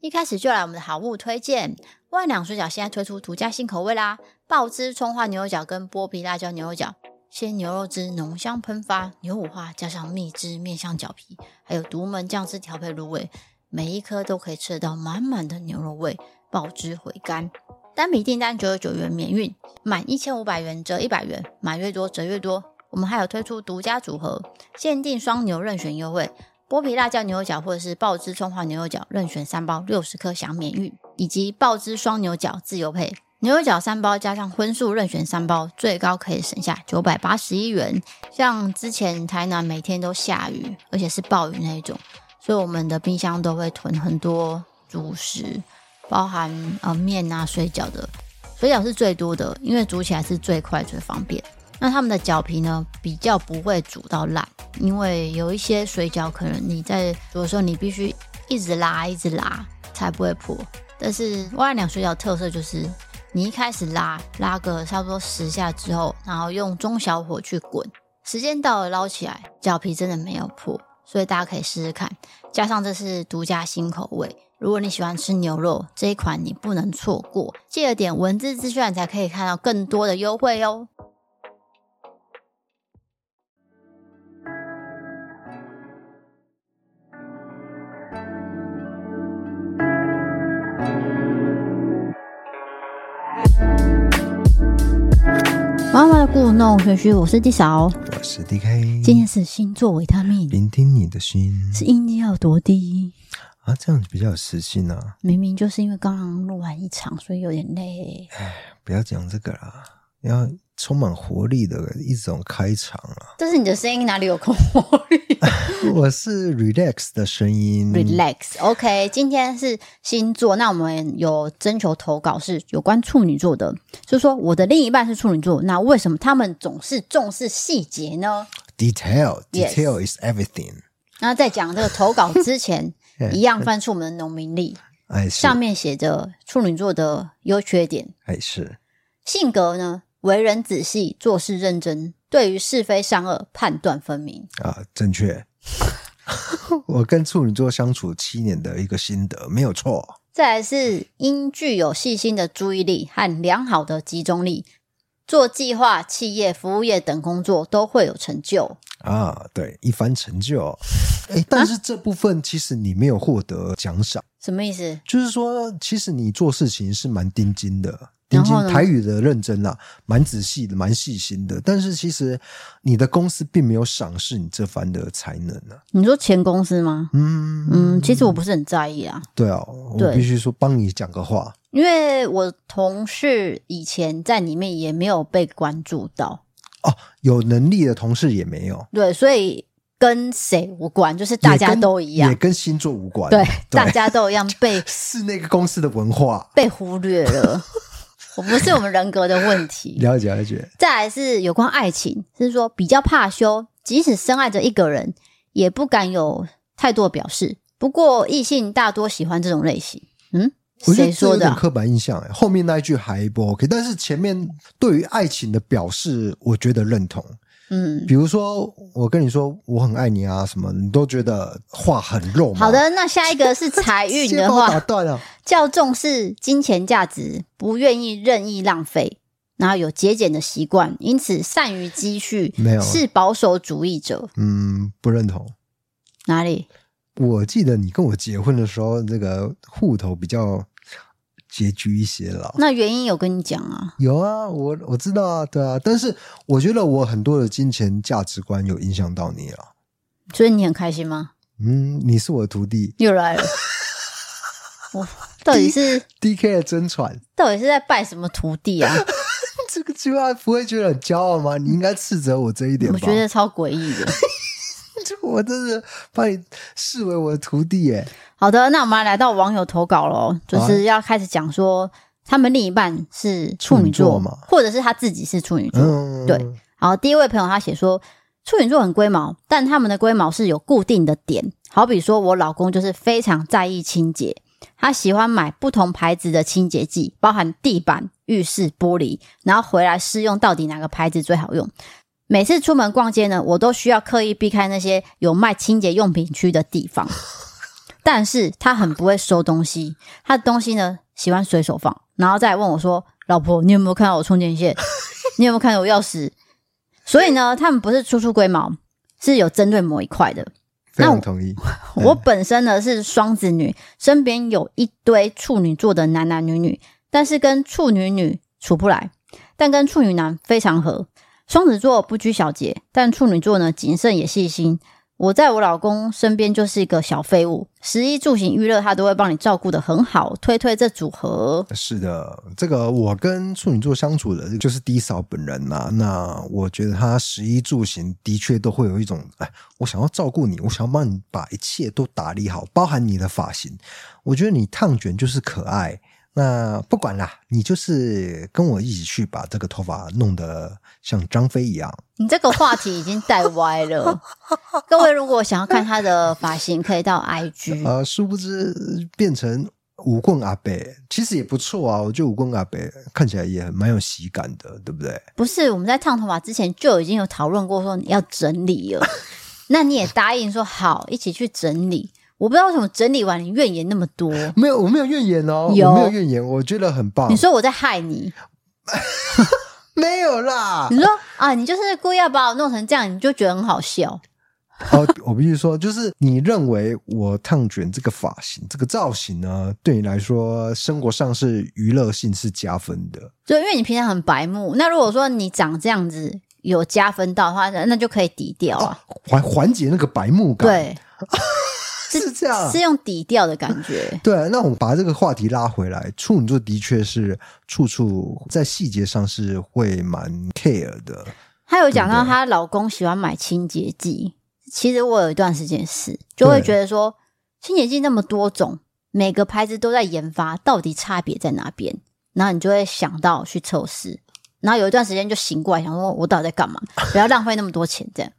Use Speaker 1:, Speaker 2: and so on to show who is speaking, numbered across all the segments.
Speaker 1: 一开始就来我们的好物推荐，万两水饺现在推出独家新口味啦，爆汁葱花牛肉饺跟剥皮辣椒牛肉饺。鲜牛肉汁浓香喷发，牛五花加上蜜汁面香饺皮，还有独门酱汁调配入味，每一颗都可以吃得到满满的牛肉味，爆汁回甘。单笔订单九十九元免运，满一千五百元折一百元，买越多折越多。我们还有推出独家组合，限定双牛任选优惠，剥皮辣椒牛肉饺或者是爆汁葱花牛肉饺任选三包六十颗享免运，以及爆汁双牛饺自由配。牛肉饺三包加上荤素任选三包，最高可以省下九百八十一元。像之前台南每天都下雨，而且是暴雨那一种，所以我们的冰箱都会囤很多主食，包含呃面啊、水饺的。水饺是最多的，因为煮起来是最快最方便。那他们的饺皮呢，比较不会煮到烂，因为有一些水饺可能你在煮的时候，你必须一直拉一直拉才不会破。但是万两水饺特色就是你一开始拉拉个差不多十下之后，然后用中小火去滚，时间到了捞起来，饺皮真的没有破，所以大家可以试试看。加上这是独家新口味，如果你喜欢吃牛肉这一款，你不能错过。记得点文字资讯栏才可以看到更多的优惠哦。妈妈的故弄玄虚，我是地嫂。
Speaker 2: 我是 DK，
Speaker 1: 今天是星座维他命，
Speaker 2: 聆听你的心
Speaker 1: 是音量有多低？
Speaker 2: 啊，这样比较有磁性啊！
Speaker 1: 明明就是因为刚刚录完一场，所以有点累。
Speaker 2: 不要讲这个啦，要充满活力的一种开场 啊！
Speaker 1: 但是你的声音哪里有空活力
Speaker 2: 我是 relax 的声音
Speaker 1: ？Relax，OK、今天是星座，那我们有征求投稿是有关处女座的，就是说我的另一半是处女座，那为什么他们总是重视细节呢？
Speaker 2: detail
Speaker 1: Yes
Speaker 2: detail is everything。
Speaker 1: 那在讲这个投稿之前
Speaker 2: Yeah，
Speaker 1: 一样翻出我们的农民历，
Speaker 2: 哎是
Speaker 1: 上面写着处女座的优缺点。
Speaker 2: 哎是，
Speaker 1: 性格呢，为人仔细，做事认真，对于是非善恶判断分明。
Speaker 2: 啊，正确。 我跟处女座相处七年的一个心得，没有错。
Speaker 1: 再来是应具有细心的注意力和良好的集中力，做计划、企业、服务业等工作都会有成就。
Speaker 2: 啊，对，一番成就。哎，但是这部分其实你没有获得奖赏，
Speaker 1: 什么意思？
Speaker 2: 就是说，其实你做事情是蛮盯紧的，盯
Speaker 1: 然后
Speaker 2: 紧
Speaker 1: 呢
Speaker 2: 台语的认真啦，蛮仔细的，蛮细心的。但是其实你的公司并没有赏识你这番的才能啊。
Speaker 1: 你说前公司吗？
Speaker 2: 嗯，
Speaker 1: 嗯，其实我不是很在意啊，
Speaker 2: 对啊，我
Speaker 1: 对
Speaker 2: 必须说帮你讲个话。
Speaker 1: 因为我同事以前在里面也没有被关注到，
Speaker 2: 哦，有能力的同事也没有，
Speaker 1: 对，所以跟谁无关，就是大
Speaker 2: 也
Speaker 1: 家
Speaker 2: 跟
Speaker 1: 都一
Speaker 2: 也
Speaker 1: 样，
Speaker 2: 跟星座无关。
Speaker 1: 对，大家都一样被
Speaker 2: 是那个公司的文化。
Speaker 1: 被忽略 了。我不是我们人格的问题。
Speaker 2: 了解了解，
Speaker 1: 再来是有关爱情，是说比较怕羞，即使深爱着一个人，也不敢有太多的表示。不过异性大多喜欢这种类型。嗯，
Speaker 2: 我觉
Speaker 1: 谁
Speaker 2: 得这
Speaker 1: 说
Speaker 2: 有
Speaker 1: 的
Speaker 2: 点
Speaker 1: 啊、
Speaker 2: 刻板印象、欸。后面那一句还不 OK，但是前面对于爱情的表示，我觉得认同。
Speaker 1: 嗯，
Speaker 2: 比如说，我跟你说我很爱你啊，什么你都觉得话很肉麻。
Speaker 1: 好，的。那下一个是财运的
Speaker 2: 打
Speaker 1: 话，
Speaker 2: 断了。
Speaker 1: 较重视金钱价值，不愿意任意浪费，然后有节俭的习惯，因此善于积蓄
Speaker 2: 没有，
Speaker 1: 是保守主义者。
Speaker 2: 嗯，不认同。
Speaker 1: 哪里？
Speaker 2: 我记得你跟我结婚的时候，这个户头比较拮据一些了。
Speaker 1: 那原因有跟你讲啊。
Speaker 2: 有啊，我我知道啊，对啊，但是我觉得我很多的金钱价值观有影响到你了。
Speaker 1: 所以你很开心吗？
Speaker 2: 嗯，你是我的徒弟
Speaker 1: 又来 了，我到底是
Speaker 2: ，D K 的真传，
Speaker 1: 到底是在拜什么徒弟啊？
Speaker 2: 这个计划不会觉得很骄傲吗？你应该斥责我这一点吧。
Speaker 1: 我觉 得超诡异的。
Speaker 2: 我真的把你视为我的徒弟耶。
Speaker 1: 好的，那我们来到网友投稿喽，
Speaker 2: 啊
Speaker 1: 就是要开始讲说他们另一半是处女
Speaker 2: 处女座
Speaker 1: 座
Speaker 2: 嘛
Speaker 1: 或者是他自己是处女座。
Speaker 2: 嗯，
Speaker 1: 对好，第一位朋友他写说，处女座很龟毛，但他们的龟毛是有固定的点，好比说我老公就是非常在意清洁，他喜欢买不同牌子的清洁剂，包含地板、浴室、玻璃，然后回来试用到底哪个牌子最好用。每次出门逛街呢，我都需要刻意避开那些有卖清洁用品区的地方。但是他很不会收东西，他的东西呢喜欢随手放，然后再来问我说：“老婆，你有没有看到我充电线？ 你有没有看到我钥匙？”所以呢，他们不是初出龟毛，是有针对某一块的。
Speaker 2: 非
Speaker 1: 那我
Speaker 2: 常同意。
Speaker 1: 我本身呢是双子女，身边有一堆处女座的男男女女，但是跟处女女处不来，但跟处女男非常合。双子座不拘小节，但处女座呢谨慎也细心。我在我老公身边就是一个小废物，食衣住行娱乐他都会帮你照顾的很好，推推这组合。
Speaker 2: 是的，这个我跟处女座相处的就是低嫂本人啦、那我觉得他食衣住行的确都会有一种，哎，我想要照顾你，我想要帮你把一切都打理好，包含你的发型。我觉得你烫卷就是可爱。那不管啦，你就是跟我一起去把这个头发弄得像张飞一样。
Speaker 1: 你这个话题已经带歪了，各位如果想要看他的发型，可以到 IG。
Speaker 2: 呃，殊不知呃变成武棍阿北，其实也不错啊。我觉得武棍阿北看起来也蛮有喜感的，对不对？
Speaker 1: 不是，我们在烫头发之前就已经有讨论过，说你要整理 了，那你也答应说好一起去整理。我不知道为什么整理完你怨言那么多，
Speaker 2: 没有，我没有怨言哦，
Speaker 1: 有
Speaker 2: 我没有怨言，我觉得很棒。
Speaker 1: 你说我在害你，
Speaker 2: 没有啦
Speaker 1: 你？说啊，你就是故意要把我弄成这样，你就觉得很好笑。
Speaker 2: 哦，我必须说，就是你认为我烫卷这个发型、这个造型呢，对你来说生活上是娱乐性是加分的。
Speaker 1: 就因为你平常很白目，那如果说你长这样子有加分到的话，那那就可以抵掉啊。
Speaker 2: 缓缓解那个白目感，，
Speaker 1: 哦对，啊
Speaker 2: 是这样，
Speaker 1: 是用抵掉的感觉。
Speaker 2: 对，那我们把这个话题拉回来，处女座的确是处处在细节上是会蛮 care 的，
Speaker 1: 她有讲到她老公喜欢买清洁剂，其实我有一段时间是，就会
Speaker 2: 对
Speaker 1: 觉得说清洁剂那么多种，每个牌子都在研发，到底差别在哪边？然后你就会想到去测试，然后有一段时间就醒过来，想说我到底在干嘛？不要浪费那么多钱，这样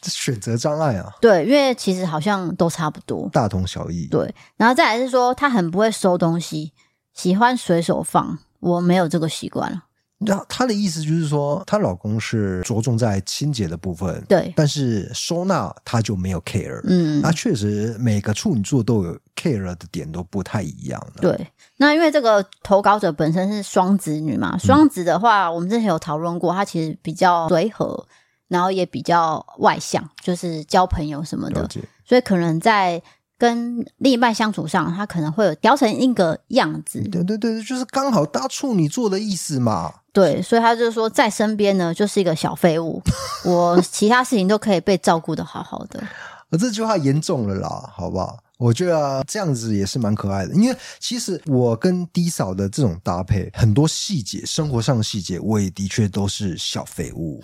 Speaker 2: 这选择障碍啊，
Speaker 1: 对，因为其实好像都差不多。
Speaker 2: 大同小异。
Speaker 1: 对，然后再来是说他很不会收东西，喜欢随手放，我没有这个习惯了。
Speaker 2: 那她的意思就是说，她老公是着重在清洁的部分，
Speaker 1: 对，
Speaker 2: 但是收纳她就没有 care。
Speaker 1: 嗯，
Speaker 2: 那确实每个处女座都有 care 的点都不太一样的。
Speaker 1: 对，那因为这个投稿者本身是双子女
Speaker 2: 嗯
Speaker 1: 嘛，双子的话，我们之前有讨论过，她其实比较随和，然后也比较外向，就是交朋友什么
Speaker 2: 了
Speaker 1: 的，
Speaker 2: 解。
Speaker 1: 所以可能在跟另一半相处上，她可能会有调成一个样子。
Speaker 2: 对对对，就是刚好搭处女座的意思嘛。
Speaker 1: 对，所以她就说，在身边呢就是一个小废物，我其他事情都可以被照顾的好好的。
Speaker 2: 呃，这句话严重了啦，好不好？我觉得这样子也是蛮可爱的，因为其实我跟低嫂的这种搭配，很多细节，生活上的细节，我也的确都是小废物，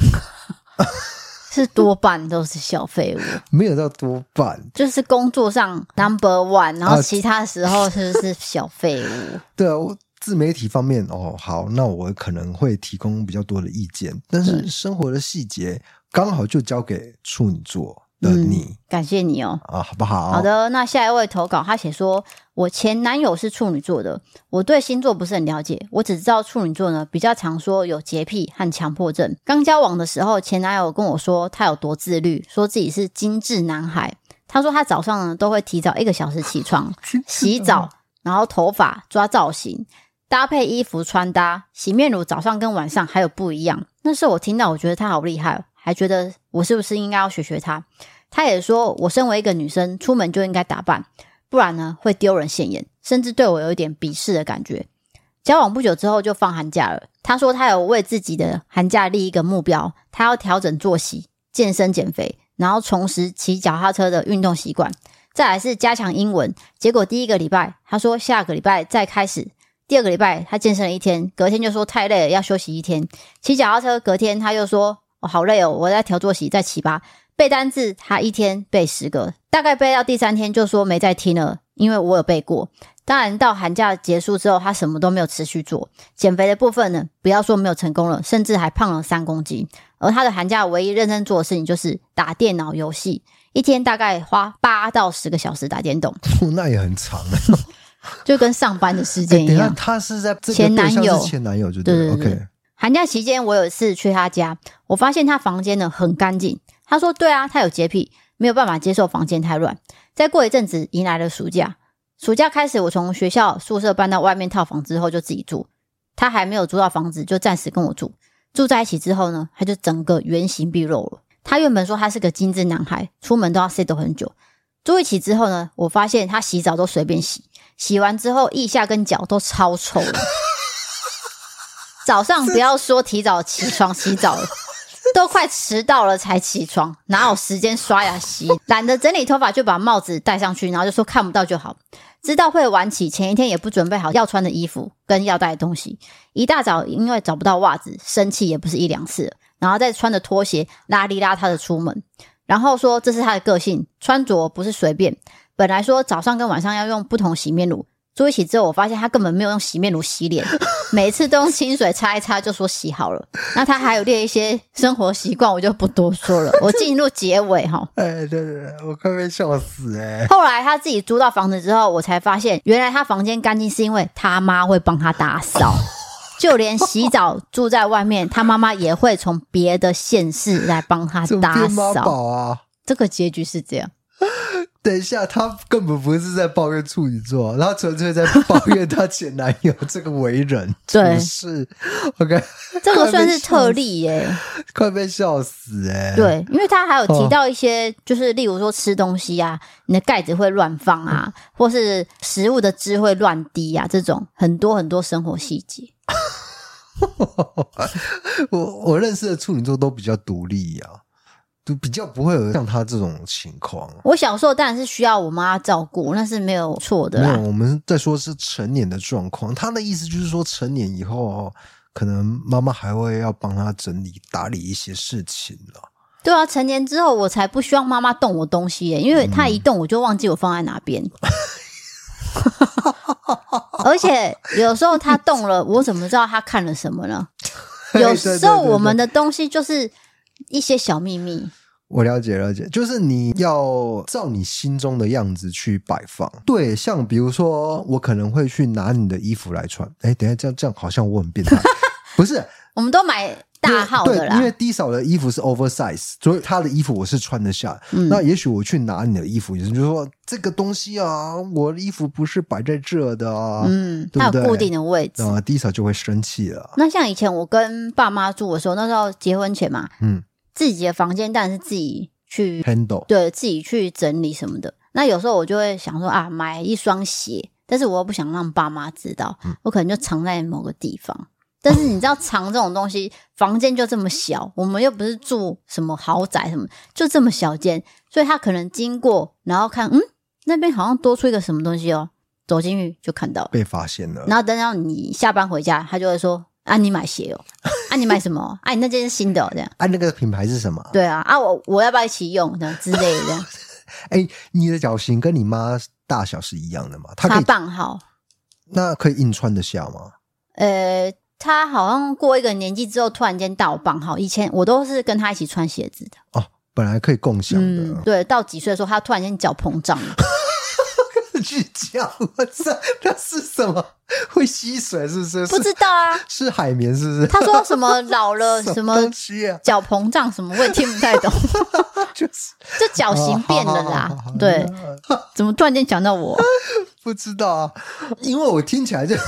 Speaker 1: 是多半都是小废物，
Speaker 2: 没有到多半。
Speaker 1: 就是工作上 number one，然后
Speaker 2: 啊
Speaker 1: 其他时候是是小废物。
Speaker 2: 对啊，我自媒体方面哦，好，那我可能会提供比较多的意见，但是
Speaker 1: 对
Speaker 2: 生活的细节刚好就交给处女座的你、
Speaker 1: 感谢你哦。
Speaker 2: 啊，好不好？
Speaker 1: 好，的，那下一位投稿，他写说：“我前男友是处女座的，我对星座不是很了解，我只知道处女座呢比较常说有洁癖和强迫症。刚交往的时候，前男友跟我说他有多自律，说自己是精致男孩。他说他早上呢都会提早一个小时起床，洗澡，然后头发抓造型，搭配衣服穿搭，洗面乳早上跟晚上还有不一样。那时候我听到，我觉得他好厉害哦，还觉得我是不是应该要学学他？他也说，我身为一个女生，出门就应该打扮，不然呢会丢人现眼，甚至对我有一点鄙视的感觉。交往不久之后就放寒假了，他说他有为自己的寒假立一个目标，他要调整作息、健身、减肥，然后重拾骑脚踏车的运动习惯，再来是加强英文。结果第一个礼拜他说下个礼拜再开始，第二个礼拜他健身了一天，隔天就说太累了要休息一天，骑脚踏车隔天他又说哦好累哦，我在调作息再骑吧。背单字他一天背十个，大概背到第三天就说没再听了，因为我有背过。当然，到寒假结束之后，他什么都没有持续做。减肥的部分呢，不要说没有成功了，甚至还胖了三公斤。而他的寒假唯一认真做的事情就是打电脑游戏，一天大概花八到十个小时打电动，
Speaker 2: 那也很长。
Speaker 1: 就跟上班的时
Speaker 2: 哎
Speaker 1: 间一
Speaker 2: 等一下，
Speaker 1: 样。
Speaker 2: 他是在这个
Speaker 1: 前男
Speaker 2: 对象是
Speaker 1: 友
Speaker 2: 前男友就对了。
Speaker 1: 对对
Speaker 2: OK，
Speaker 1: 寒假期间，我有一次去他家，我发现他房间呢很干净。他说：“对啊，他有洁癖，没有办法接受房间太乱。”再过一阵子，迎来了暑假。暑假开始，我从学校宿舍搬到外面套房之后，就自己住。他还没有租到房子，就暂时跟我住。住在一起之后呢，他就整个原形毕露了。他原本说他是个精致男孩，出门都要 set 很久。住一起之后呢，我发现他洗澡都随便洗，洗完之后腋下跟脚都超臭了。早上不要说提早起床洗澡了，都快迟到了才起床，哪有时间刷牙洗？懒得整理头发，就把帽子戴上去，然后就说看不到就好。知道会晚起，前一天也不准备好要穿的衣服跟要带的东西。一大早因为找不到袜子，生气也不是一两次了，然后再穿着拖鞋邋里邋遢的出门，然后说这是他的个性，穿着不是随便。本来说早上跟晚上要用不同洗面乳，住一起之后，我发现他根本没有用洗面乳洗脸，每次都用清水擦一擦就说洗好了。那他还有列一些生活习惯，我就不多说了。我进入结尾哈。
Speaker 2: 哎，对对对，我快被笑死哎、
Speaker 1: 后来他自己租到房子之后，我才发现，原来他房间干净是因为他妈会帮他打扫，就连洗澡住在外面，他妈妈也会从别的县市来帮他
Speaker 2: 怎么
Speaker 1: 啊打
Speaker 2: 变妈
Speaker 1: 扫。
Speaker 2: 宝啊？
Speaker 1: 这个结局是这样，
Speaker 2: 等一下，他根本不是在抱怨处女座，他纯粹在抱怨他前男友这个为人
Speaker 1: 对
Speaker 2: 处事。OK，
Speaker 1: 这个算是特
Speaker 2: 例。
Speaker 1: 例耶、
Speaker 2: 快被笑死哎、欸！，哦
Speaker 1: 对，因为他还有提到一些，就是例如说吃东西啊，你的盖子会乱放啊，
Speaker 2: 嗯
Speaker 1: 或是食物的汁会乱滴啊，这种很多很多生活细节。
Speaker 2: 我我认识的处女座都比较独立啊，就比较不会有像他这种情况。啊
Speaker 1: 我小时候当然是需要我妈照顾，那是没有错的
Speaker 2: 没
Speaker 1: 啦。
Speaker 2: 有，我们在说是成年的状况。他的意思就是说，成年以后哦，可能妈妈还会要帮他整理打理一些事情了。
Speaker 1: 对啊，成年之后我才不希望妈妈动我东西耶，因为她一动我就忘记我放在哪边。
Speaker 2: 嗯
Speaker 1: 而且有时候她动 了，我怎么知道她看了什么呢？有时候我们
Speaker 2: 的
Speaker 1: 的东西就是一些小秘密，
Speaker 2: 我了解了解，就是你要照你心中的样子去摆放。对，像比如说，我可能会去拿你的衣服来穿。哎，等一下这样这样好像我很变 态，不是？
Speaker 1: 我们都买大号
Speaker 2: 对，
Speaker 1: 的
Speaker 2: 因为
Speaker 1: 啦。
Speaker 2: 低嫂的衣服是 oversize，所以她的衣服我是穿得下。
Speaker 1: 嗯
Speaker 2: 那也许我去拿你的衣服，也就是说这个东西啊，我的衣服不是摆在这的啊。
Speaker 1: 嗯，
Speaker 2: 对
Speaker 1: 它
Speaker 2: 不
Speaker 1: 有
Speaker 2: 对嗯
Speaker 1: 固定的位置
Speaker 2: 那。么低嫂就会生气了。
Speaker 1: 那像以前我跟爸妈住的时候，那时候结婚前嘛，
Speaker 2: 嗯
Speaker 1: 自己的房间当然是自己去
Speaker 2: ，handle
Speaker 1: 对自己去整理什么的。那有时候我就会想说啊，买一双鞋，但是我又不想让爸妈知道，
Speaker 2: 嗯
Speaker 1: 我可能就藏在某个地方。但是你知道藏这种东西，房间就这么小，我们又不是住什么豪宅什么，就这么小间，所以他可能经过，然后看，嗯，那边好像多出一个什么东西哦，走进去就看到了。
Speaker 2: 被发现了。
Speaker 1: 然后等到你下班回家，他就会说啊，你买鞋哦，啊，你买什么哦？啊，你那件是新的、哦、这样。
Speaker 2: 哎、啊，那个品牌是什么？
Speaker 1: 对啊，啊，我我要不要一起用这样之类的 这样。
Speaker 2: 哎、你的脚型跟你妈大小是一样的吗？她可
Speaker 1: 他
Speaker 2: 以
Speaker 1: 棒好，
Speaker 2: 那可以硬穿得下吗？
Speaker 1: 呃，他好像过一个年纪之后突然间到棒好，以前我都是跟他一起穿鞋子的，
Speaker 2: 哦，本来可以共享
Speaker 1: 嗯，
Speaker 2: 的，
Speaker 1: 对，到几岁的时候他突然间脚膨胀了，
Speaker 2: 去讲，我操，那是什么？会吸水是不是？
Speaker 1: 不
Speaker 2: 是
Speaker 1: 知道啊，
Speaker 2: 是海绵是不是？
Speaker 1: 他说什么老了什么
Speaker 2: 东西啊？
Speaker 1: 脚膨胀什么，我也听不太懂，
Speaker 2: 就是
Speaker 1: 就
Speaker 2: 啊
Speaker 1: 脚型变了
Speaker 2: 哦好好
Speaker 1: 啦
Speaker 2: 好好，
Speaker 1: 对，怎么突然间讲到我？
Speaker 2: 不知道啊，因为我听起来就是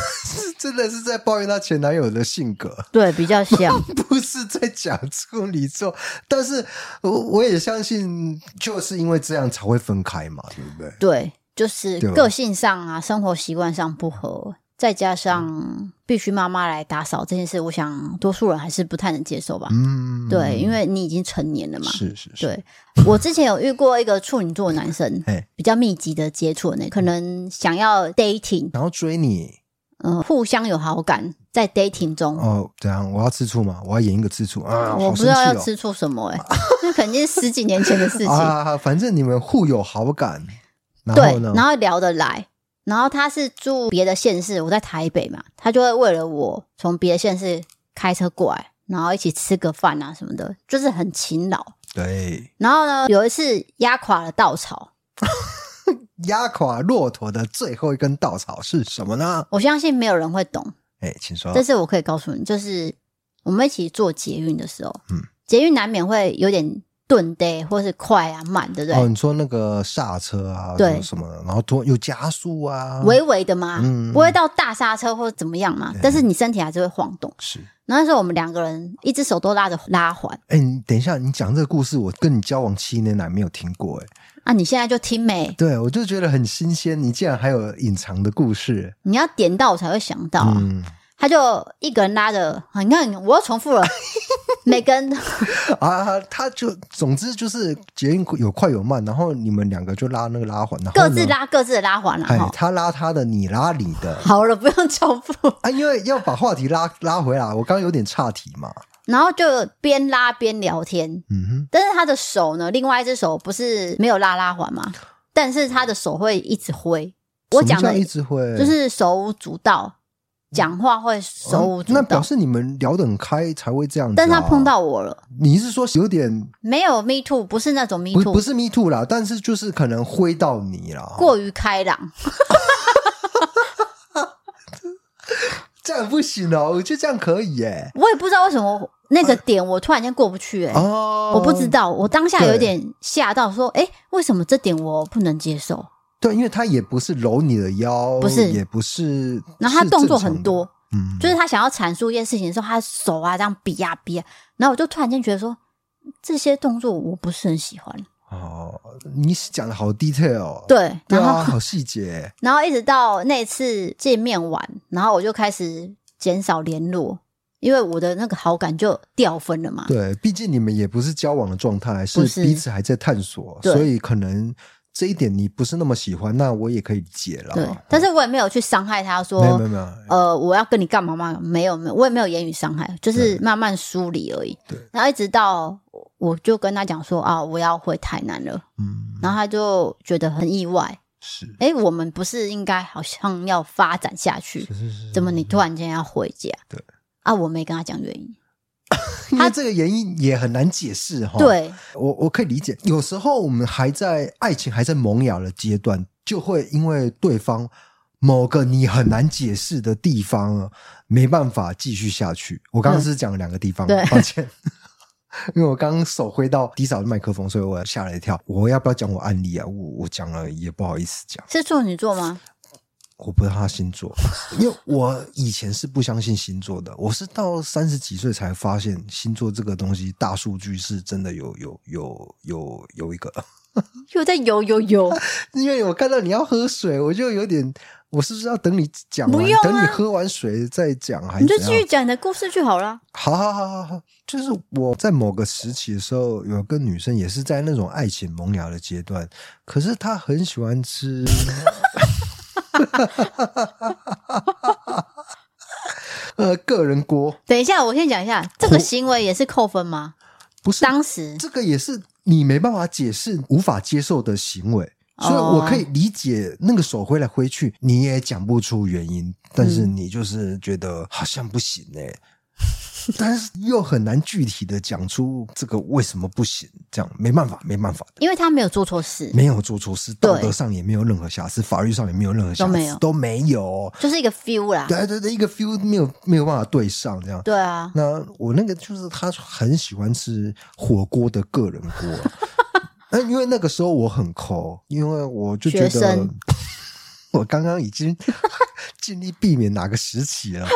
Speaker 2: 真的是在抱怨她前男友的性格，
Speaker 1: 对，比较像，
Speaker 2: 不是在讲处女座。但是我我也相信，就是因为这样才会分开嘛，对不对？
Speaker 1: 对，就是
Speaker 2: 对吧
Speaker 1: 个性上啊，生活习惯上不合。再加上必须妈妈来打扫这件事，我想多数人还是不太能接受吧。
Speaker 2: 嗯，
Speaker 1: 对，因为你已经成年了嘛。
Speaker 2: 是是是，，
Speaker 1: 对，我之前有遇过一个处女座的男生
Speaker 2: 哎，
Speaker 1: 比较密集的接触的那，可能想要 dating，
Speaker 2: 然后追你
Speaker 1: 嗯、互相有好感，在 dating 中，
Speaker 2: 哦，怎样？我要吃醋吗？我要演一个吃醋啊！
Speaker 1: 我
Speaker 2: 好
Speaker 1: 不
Speaker 2: 生
Speaker 1: 知
Speaker 2: 气
Speaker 1: 道要
Speaker 2: 哦！
Speaker 1: 吃出什 么哎、那肯定是十几年前的事情。
Speaker 2: 啊，反正你们互有好感，然后
Speaker 1: 对
Speaker 2: 呢，？
Speaker 1: 然后聊得来，然后他是住别的县市，我在台北嘛，他就会为了我从别的县市开车过来，然后一起吃个饭啊什么的，就是很勤劳。
Speaker 2: 对，
Speaker 1: 然后呢，有一次压垮了稻草，
Speaker 2: 压垮骆驼的最后一根稻草是什么呢？
Speaker 1: 我相信没有人会懂，
Speaker 2: 哎，请说。
Speaker 1: 这是我可以告诉你，就是我们一起做捷运的时候，
Speaker 2: 嗯
Speaker 1: 捷运难免会有点顿的或是快啊慢，对不
Speaker 2: 哦，
Speaker 1: 对？
Speaker 2: 你说那个刹车啊，
Speaker 1: 对
Speaker 2: 什么什么的，然后突然有加速啊，
Speaker 1: 微微的嘛，
Speaker 2: 嗯
Speaker 1: 不会到大刹车或者怎么样嘛，但是你身体还是会晃动。
Speaker 2: 是。
Speaker 1: 然后那时候我们两个人一只手都拉着拉环，
Speaker 2: 哎、你等一下，你讲这个故事，我跟你交往七年来没有听过、哎，
Speaker 1: 啊，你现在就听没？
Speaker 2: 对我就觉得很新鲜，你竟然还有隐藏的故事，
Speaker 1: 你要点到我才会想到啊。
Speaker 2: 嗯，
Speaker 1: 他就一个人拉着，啊你看我又重 复了，每个人
Speaker 2: 啊，他就总之就是捷运有快有慢，然后你们两个就拉那个拉环，然后
Speaker 1: 各
Speaker 2: 呢
Speaker 1: 自，拉各自的拉环了啊
Speaker 2: 哎，
Speaker 1: 哈。
Speaker 2: 他拉他的，你拉你的，
Speaker 1: 好了，不用重复。
Speaker 2: 啊，因为要把话题拉拉回来，我刚刚有点岔题嘛，
Speaker 1: 然后就边拉边聊天，
Speaker 2: 嗯哼，
Speaker 1: 但是他的手呢，另外一只手不是没有拉拉环吗？但是他的手会一直挥。我讲
Speaker 2: 什么
Speaker 1: 的
Speaker 2: 叫一直会啊
Speaker 1: 就是手舞足蹈，讲话会手舞
Speaker 2: 啊
Speaker 1: 足
Speaker 2: 那
Speaker 1: 蹈。
Speaker 2: 表示你们聊得很开才会这样子、啊，
Speaker 1: 但是他碰到我了，
Speaker 2: 你是说有点
Speaker 1: 没有 me too，不是那种 me
Speaker 2: 不
Speaker 1: too，
Speaker 2: 不是 me too 啦，但是就是可能挥到你啦，
Speaker 1: 过于开朗。
Speaker 2: 这样不行哦，我觉得这样可以耶、
Speaker 1: 我也不知道为什么那个点我突然间过不去、欸，
Speaker 2: 哦，
Speaker 1: 我不知，道，我当下
Speaker 2: 对
Speaker 1: 有点吓到，说，哎、为什么这点我不能接受？
Speaker 2: 对，因为他也不是揉你的腰，
Speaker 1: 不是
Speaker 2: 也不是，
Speaker 1: 然后他
Speaker 2: 是
Speaker 1: 动作
Speaker 2: 正常
Speaker 1: 很
Speaker 2: 的，
Speaker 1: 多，
Speaker 2: 嗯，
Speaker 1: 就是他想要阐述一件事情的时候，他的手啊这样比呀、比呀、然后我就突然间觉得说，这些动作我不是很喜欢。
Speaker 2: 哦，你讲的好 detail，哦，
Speaker 1: 对，
Speaker 2: 对
Speaker 1: 然后、
Speaker 2: 啊，好细节，
Speaker 1: 然后一直到那次见面完，然后我就开始减少联络，因为我的那个好感就掉分了嘛。
Speaker 2: 对，毕竟你们也不是交往的状态，是
Speaker 1: 不是
Speaker 2: 彼此还在探索，
Speaker 1: 对
Speaker 2: 所以可能这一点你不是那么喜欢，那我也可以理解了。
Speaker 1: 对，但是我也没有去伤害他说，
Speaker 2: 啊哦没有没有没有，
Speaker 1: 呃，我要跟你干嘛嘛？没有没有，我也没有言语伤害，就是慢慢梳理而已
Speaker 2: 对。
Speaker 1: 然后一直到我就跟他讲说啊，我要回台南了，
Speaker 2: 嗯，
Speaker 1: 然后他就觉得很意外。
Speaker 2: 是
Speaker 1: 诶，我们不是应该好像要发展下去
Speaker 2: 是？是是，
Speaker 1: 哎怎么你突然间要回家？
Speaker 2: 对
Speaker 1: 啊，我没跟他讲原因。
Speaker 2: 因为这个原因也很难解释哈。，
Speaker 1: 对，
Speaker 2: 我我可以理解，有时候我们还在爱情还在萌芽的阶段，就会因为对方某个你很难解释的地方，没办法继续下去。我刚刚是讲了两个地方，
Speaker 1: 嗯对
Speaker 2: 抱歉。 因为我刚刚手挥到低扫的麦克风，所以我吓了一跳。我要不要讲我案例啊？我我讲了也不好意思讲，
Speaker 1: 是处女座吗？
Speaker 2: 我不知道他星座，因为我以前是不相信星座的，我是到三十几岁才发现星座这个东西，大数据是真的有有有有有一个。
Speaker 1: 又在游游游，
Speaker 2: 因为我看到你要喝水，我就有点，我是不是要等你讲
Speaker 1: 不
Speaker 2: 完，
Speaker 1: 用啊
Speaker 2: 等你喝完水再讲，还
Speaker 1: 你
Speaker 2: 是
Speaker 1: 就
Speaker 2: 怎
Speaker 1: 继
Speaker 2: 样？
Speaker 1: 续讲你的故事就好了。
Speaker 2: 好好好好好，就是我在某个时期的时候，有个女生也是在那种爱情萌芽的阶段，可是她很喜欢吃， 呃，个人锅
Speaker 1: 等一下，我先讲一下，这个行为也是扣分吗？
Speaker 2: 不哦是
Speaker 1: 当时
Speaker 2: 这个也是你没办法解释、无法接受的行为，
Speaker 1: 哦
Speaker 2: 所以我可以理解那个手挥来挥去，你也讲不出原因，但是你就是觉得好像不行哎、 但是又很难具体的讲出这个为什么不行，这样没办法，没办法的，
Speaker 1: 因为他没有做错事，
Speaker 2: 没有做错事，道
Speaker 1: 对
Speaker 2: 德上也没有任何瑕疵，法律上也没有任何瑕
Speaker 1: 都
Speaker 2: 疵，
Speaker 1: 没有
Speaker 2: 都没有，
Speaker 1: 就是一个 feel 啦。
Speaker 2: 对对对，一个 feel 没有没有办法对上这样，
Speaker 1: 对 啊，
Speaker 2: 那我那个就是他很喜欢吃火锅的个人锅、 那因为那个时候我很抠，因为我就觉
Speaker 1: 学
Speaker 2: 得
Speaker 1: 生
Speaker 2: 我刚刚已经尽力避免哪个时期了，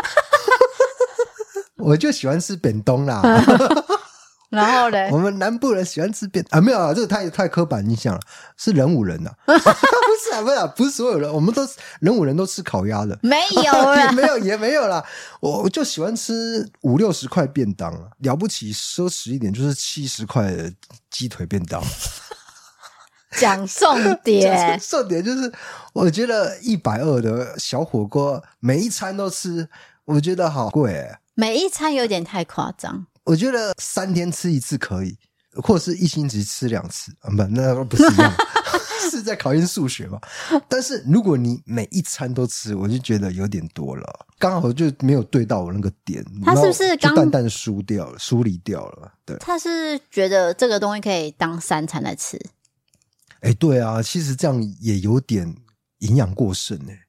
Speaker 2: 我就喜欢吃扁冬啦。
Speaker 1: 啊然后嘞
Speaker 2: 我，们南部人喜欢吃扁啊，没有啊，这个太太刻板印象了，是人 五人呐、 不是啊，不是啊，不是所有人，我们都是人五人都吃烤鸭的，
Speaker 1: 没 有
Speaker 2: 也
Speaker 1: 啦，
Speaker 2: 没有，也没有啦。我我就喜欢吃五六十块便当了，了不起奢侈一点就是七十块的鸡腿便当。
Speaker 1: 讲 重点。
Speaker 2: 重点就是，我觉得一百二的小火锅每一餐都吃，我觉得好贵、欸。
Speaker 1: 每一餐有点太夸张，
Speaker 2: 我觉得三天吃一次可以，或者是一星期吃两次，啊，不，那不是 一样，是在考验数学吧？但是如果你每一餐都吃，我就觉得有点多了，刚好就没有对到我那个点，
Speaker 1: 他是不是
Speaker 2: 然后就
Speaker 1: 刚
Speaker 2: 淡淡疏掉了，疏离掉了？对，
Speaker 1: 他是觉得这个东西可以当三餐来吃，
Speaker 2: 哎，对啊，其实这样也有点营养过剩哎、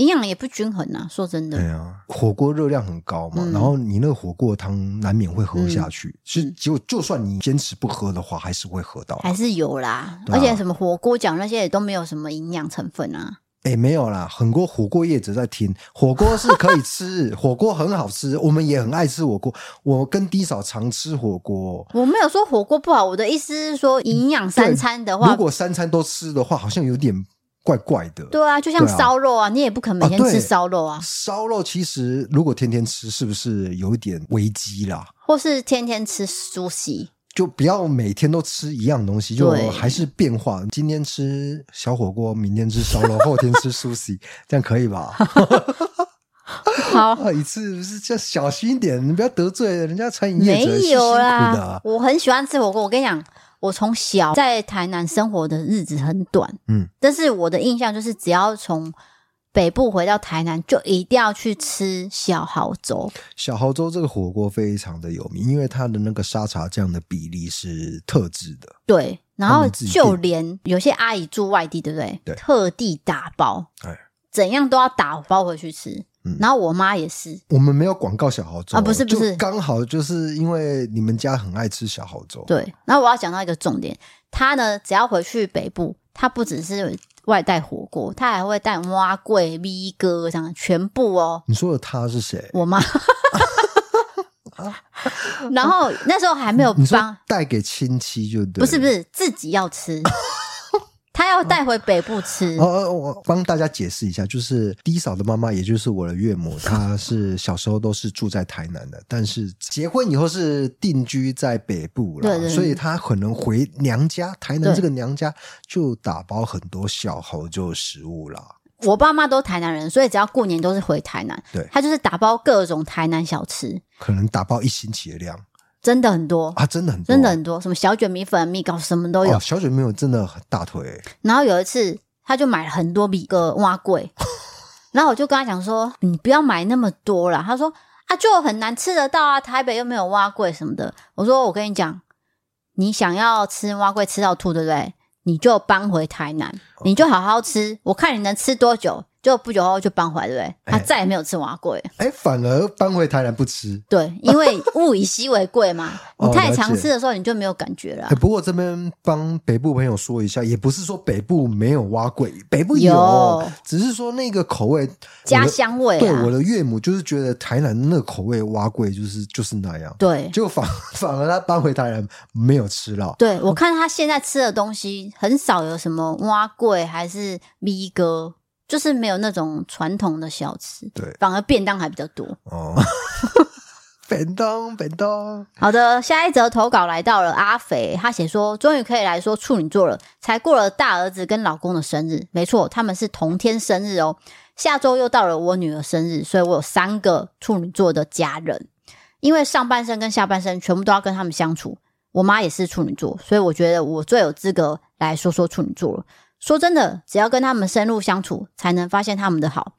Speaker 1: 营养也不均衡啊。说真的，
Speaker 2: 对啊，火锅热量很高嘛，
Speaker 1: 嗯
Speaker 2: 然后你那个火锅汤难免会喝下去，其实
Speaker 1: 嗯
Speaker 2: 结果就算你坚持不喝的话，还是会喝到啊。
Speaker 1: 还是有啦。
Speaker 2: 对啊
Speaker 1: 而且什么火锅饺那些也都没有什么营养成分啊。
Speaker 2: 哎，没有啦，很多火锅业者在听，火锅是可以吃，火锅很好吃，我们也很爱吃火锅。我跟低嫂常吃火锅，
Speaker 1: 我没有说火锅不好，我的意思是说营养三餐的
Speaker 2: 如
Speaker 1: 话，
Speaker 2: 果三餐都吃的话，好像有点怪怪的。
Speaker 1: 对啊，就像
Speaker 2: 对啊
Speaker 1: 烧肉啊，你也不可能每天
Speaker 2: 啊对
Speaker 1: 吃烧肉啊，
Speaker 2: 烧肉其实如果天天吃，是不是有一点危机啦？
Speaker 1: 或是天天吃苏西。
Speaker 2: 就不要每天都吃一样东西，就
Speaker 1: 对
Speaker 2: 还是变化。今天吃小火锅，明天吃烧肉，后天吃 sushi，这样可以 吧？
Speaker 1: 好，
Speaker 2: 啊，一次不是就小心一点，你不要得罪人家餐饮业
Speaker 1: 没
Speaker 2: 者，是辛
Speaker 1: 有
Speaker 2: 苦的
Speaker 1: 啦
Speaker 2: 啊。，
Speaker 1: 我很喜欢吃火锅。我跟你讲，我从小在台南生活的日子很短，
Speaker 2: 嗯，
Speaker 1: 但是我的印象就是，只要从北部回到台南，就一定要去吃小蚝粥。
Speaker 2: 小豪州这个火锅非常的有名，因为它的那个沙茶酱的比例是特制的，
Speaker 1: 对，然
Speaker 2: 他
Speaker 1: 后
Speaker 2: 们自己
Speaker 1: 就
Speaker 2: 订
Speaker 1: 连有些阿姨住外地，对不对？
Speaker 2: 对
Speaker 1: 特地打包，
Speaker 2: 哎
Speaker 1: 怎样都要打包回去吃。
Speaker 2: 嗯
Speaker 1: 然后我妈也是，
Speaker 2: 我们没有广告小豪粥
Speaker 1: 啊不是不是
Speaker 2: 就刚好就是因为你们家很爱吃小豪粥，
Speaker 1: 对。然后我要讲到一个重点，她呢，只要回去北部，她不只是外带火锅，她还会带蛙桂、咪哥这样全部哦。
Speaker 2: 你说的他是谁？
Speaker 1: 我 妈，然后那时候还没有
Speaker 2: 你说
Speaker 1: 帮，
Speaker 2: 带给亲戚就对，
Speaker 1: 不是不。是自己要 吃，她要带回北部吃。
Speaker 2: 哦，哦我帮大家解释一下，就是低嫂的妈妈，也就是我的岳母，她是小时候都是住在台南的，但是结婚以后是定居在北部了，
Speaker 1: 对对对
Speaker 2: 所以她可能回娘家，台南
Speaker 1: 对
Speaker 2: 这个娘家就打包很多小猴就食物啦。
Speaker 1: 我爸妈都台南人，所以只要过年都是回台南。
Speaker 2: 对
Speaker 1: 他就是打包各种台南小吃，
Speaker 2: 可能打包一星期的量
Speaker 1: 真的很多，
Speaker 2: 啊，真的很多，
Speaker 1: 真的很多，什么小卷米粉、米糕什么都有。
Speaker 2: 哦，小卷没有真的很大腿、欸
Speaker 1: 然后有一次，他就买了很多米个蛙 贵，然后我就跟他讲说：“你不要买那么多啦。”他说：“啊，就很难吃得到啊，台北又没有蛙贵什么的。”我说：“我跟你讲，你想要吃蛙贵吃到吐，对不对？你就搬回台南，
Speaker 2: 哦
Speaker 1: 你就好好吃，我看你能吃多久。”就不久后就搬回来，对不对？他
Speaker 2: 哎
Speaker 1: 再也没有吃蛙贵。
Speaker 2: 哎、反而搬回台南不吃。
Speaker 1: 对，因为物以稀为贵嘛，
Speaker 2: 哦
Speaker 1: 你太
Speaker 2: 了
Speaker 1: 常
Speaker 2: 解
Speaker 1: 吃的时候你就没有感觉了啊
Speaker 2: 哎，。不过这边帮北部朋友说一下，也不是说北部没有蛙桂，北部
Speaker 1: 有
Speaker 2: 只是说那个口味
Speaker 1: 家
Speaker 2: 我的
Speaker 1: 乡味
Speaker 2: 对
Speaker 1: 啊
Speaker 2: 我，的岳母就是觉得台南那个口味蛙桂就是就是那样，
Speaker 1: 对
Speaker 2: 就反 反而她搬回台南没有吃到。
Speaker 1: 对，我看他现在吃的东西很少有什么蛙桂还是咪哥，就是没有那种传统的小吃，
Speaker 2: 对
Speaker 1: 反而便当还比较多。
Speaker 2: 哦， 本当本当，
Speaker 1: 好的，下一则投稿来到了阿肥，他写说，终于可以来说处女座了，才过了大儿子跟老公的生日，没错，他们是同天生日哦。下周又到了我女儿生日，所以我有三个处女座的家人，因为上半身跟下半身全部都要跟他们相处。我妈也是处女座，所以我觉得我最有资格来说说处女座了。说真的，只要跟他们深入相处，才能发现他们的好。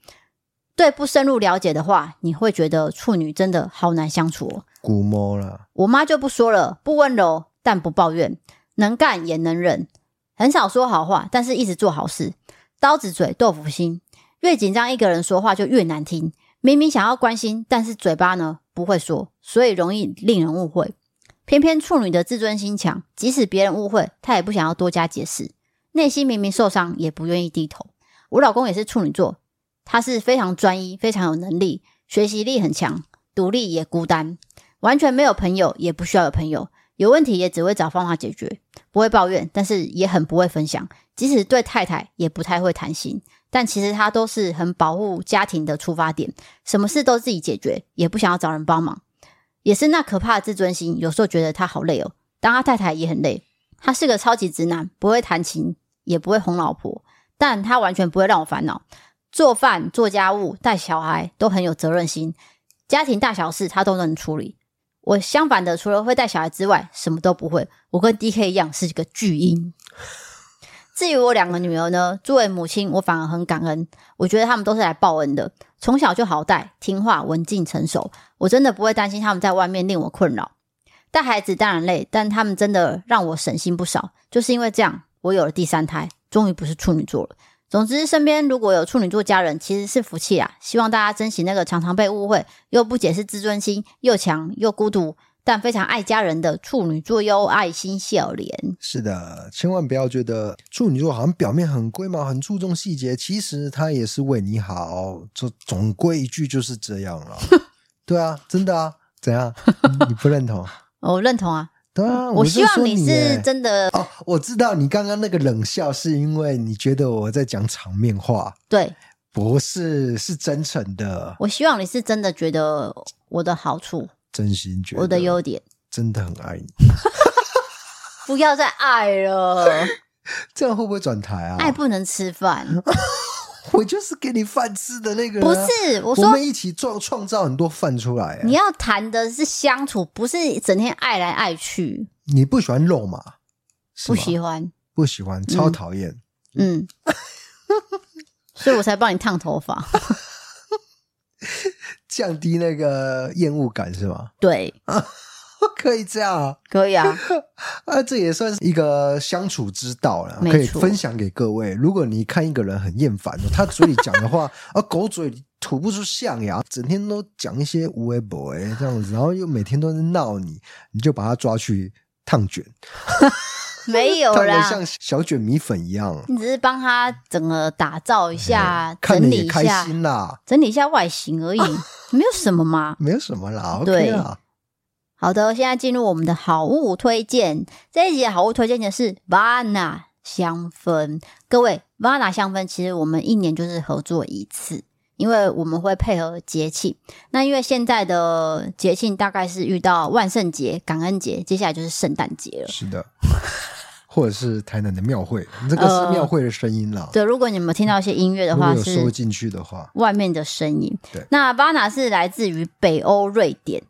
Speaker 1: 对不深入了解的话，你会觉得处女真的好难相处哦。
Speaker 2: 古猫啦，
Speaker 1: 我妈就不说了，不温柔但不抱怨，能干也能忍，很少说好话，但是一直做好事。刀子嘴豆腐心，越紧张一个人说话就越难听。明明想要关心，但是嘴巴呢不会说，所以容易令人误会。偏偏处女的自尊心强，即使别人误会，她也不想要多加解释。内心明明受伤，也不愿意低头。我老公也是处女座，他是非常专一、非常有能力，学习力很强，独立也孤单。完全没有朋友，也不需要有朋友，有问题也只会找方法解决，不会抱怨，但是也很不会分享。即使对太太也不太会谈心，但其实他都是很保护家庭的出发点，什么事都自己解决，也不想要找人帮忙。也是那可怕的自尊心，有时候觉得他好累哦，当他太太也很累。他是个超级直男，不会弹琴，也不会哄老婆，但他完全不会让我烦恼。做饭、做家务、带小孩都很有责任心，家庭大小事他都能处理。我相反的，除了会带小孩之外，什么都不会。我跟 D K 一样是个巨婴。至于我两个女儿呢，作为母亲，我反而很感恩。我觉得他们都是来报恩的，从小就好带、听话、文静、成熟。我真的不会担心他们在外面令我困扰。带孩子当然累，但他们真的让我省心不少。就是因为这样，我有了第三胎，终于不是处女座了。总之，身边如果有处女座家人，其实是福气啊！希望大家珍惜那个常常被误会、又不解释自尊心、又强又孤独，但非常爱家人的处女座哟，爱心笑脸。
Speaker 2: 是的，千万不要觉得处女座好像表面很龟毛、很注重细节，其实他也是为你好。这总归一句就是这样了。 对啊，真的啊，怎样？ 你不认同？
Speaker 1: 哦我认同啊，
Speaker 2: 对啊，
Speaker 1: 我
Speaker 2: 是
Speaker 1: 希望
Speaker 2: 说你
Speaker 1: 是
Speaker 2: 耶
Speaker 1: 真的
Speaker 2: 哦，我知道你刚刚那个冷笑是因为你觉得我在讲场面话，
Speaker 1: 对
Speaker 2: 不是，是真诚的，
Speaker 1: 我希望你是真的觉得我的好处、
Speaker 2: 真心觉得
Speaker 1: 我的优点，
Speaker 2: 真的很爱你。
Speaker 1: 不要再爱 了，
Speaker 2: 这样会不会转台啊？
Speaker 1: 哎爱不能吃饭，
Speaker 2: 我就是给你饭吃的那个人
Speaker 1: 不
Speaker 2: 啊、
Speaker 1: 是我
Speaker 2: 我
Speaker 1: 说
Speaker 2: 们一起创创造很多饭出来、啊
Speaker 1: 你
Speaker 2: 你
Speaker 1: 要谈的是相处，不是整天爱来爱去，
Speaker 2: 你不喜欢肉嘛？是
Speaker 1: 不
Speaker 2: 吗
Speaker 1: 喜欢，
Speaker 2: 不喜欢，超讨厌。
Speaker 1: 嗯， 所以我才帮你烫头发。
Speaker 2: 降低那个厌恶感是吗？
Speaker 1: 对，
Speaker 2: 可以这样啊，
Speaker 1: 可以啊，
Speaker 2: 啊，这也算是一个相处之道了，
Speaker 1: 没
Speaker 2: 可以
Speaker 1: 错
Speaker 2: 分享给各位。如果你看一个人很厌烦，他嘴里讲的话 啊，狗嘴吐不出象牙，整天都讲一些无为不为这样子，然后又每天都在闹你，你就把他抓去烫卷，
Speaker 1: 没有
Speaker 2: 烫的
Speaker 1: 啦，
Speaker 2: 像小卷米粉一样，
Speaker 1: 你只是帮他整个打造一下，
Speaker 2: 哎看
Speaker 1: 整
Speaker 2: 着
Speaker 1: 理
Speaker 2: 也
Speaker 1: 一
Speaker 2: 开
Speaker 1: 下，
Speaker 2: 心啦，
Speaker 1: 整理一下外形 而已，没有什么嘛。
Speaker 2: 没有什么啦
Speaker 1: 对
Speaker 2: ，OK 啦，
Speaker 1: 好的，现在进入我们的好物推荐。这一集的好物推荐的是 Vana 香氛。各位，Vana 香氛其实我们一年就是合作一次，因为我们会配合节气。那因为现在的节庆大概是遇到万圣节、感恩节，接下来就是圣诞节了。
Speaker 2: 是的，或者是台南的庙会，这个是庙会的声音啦，
Speaker 1: 对，如果你们听到一些音呃乐的
Speaker 2: 如果
Speaker 1: 话，
Speaker 2: 有收
Speaker 1: 是
Speaker 2: 进去的话，
Speaker 1: 外面的声音
Speaker 2: 对。
Speaker 1: 那 Vana 是来自于北欧瑞典。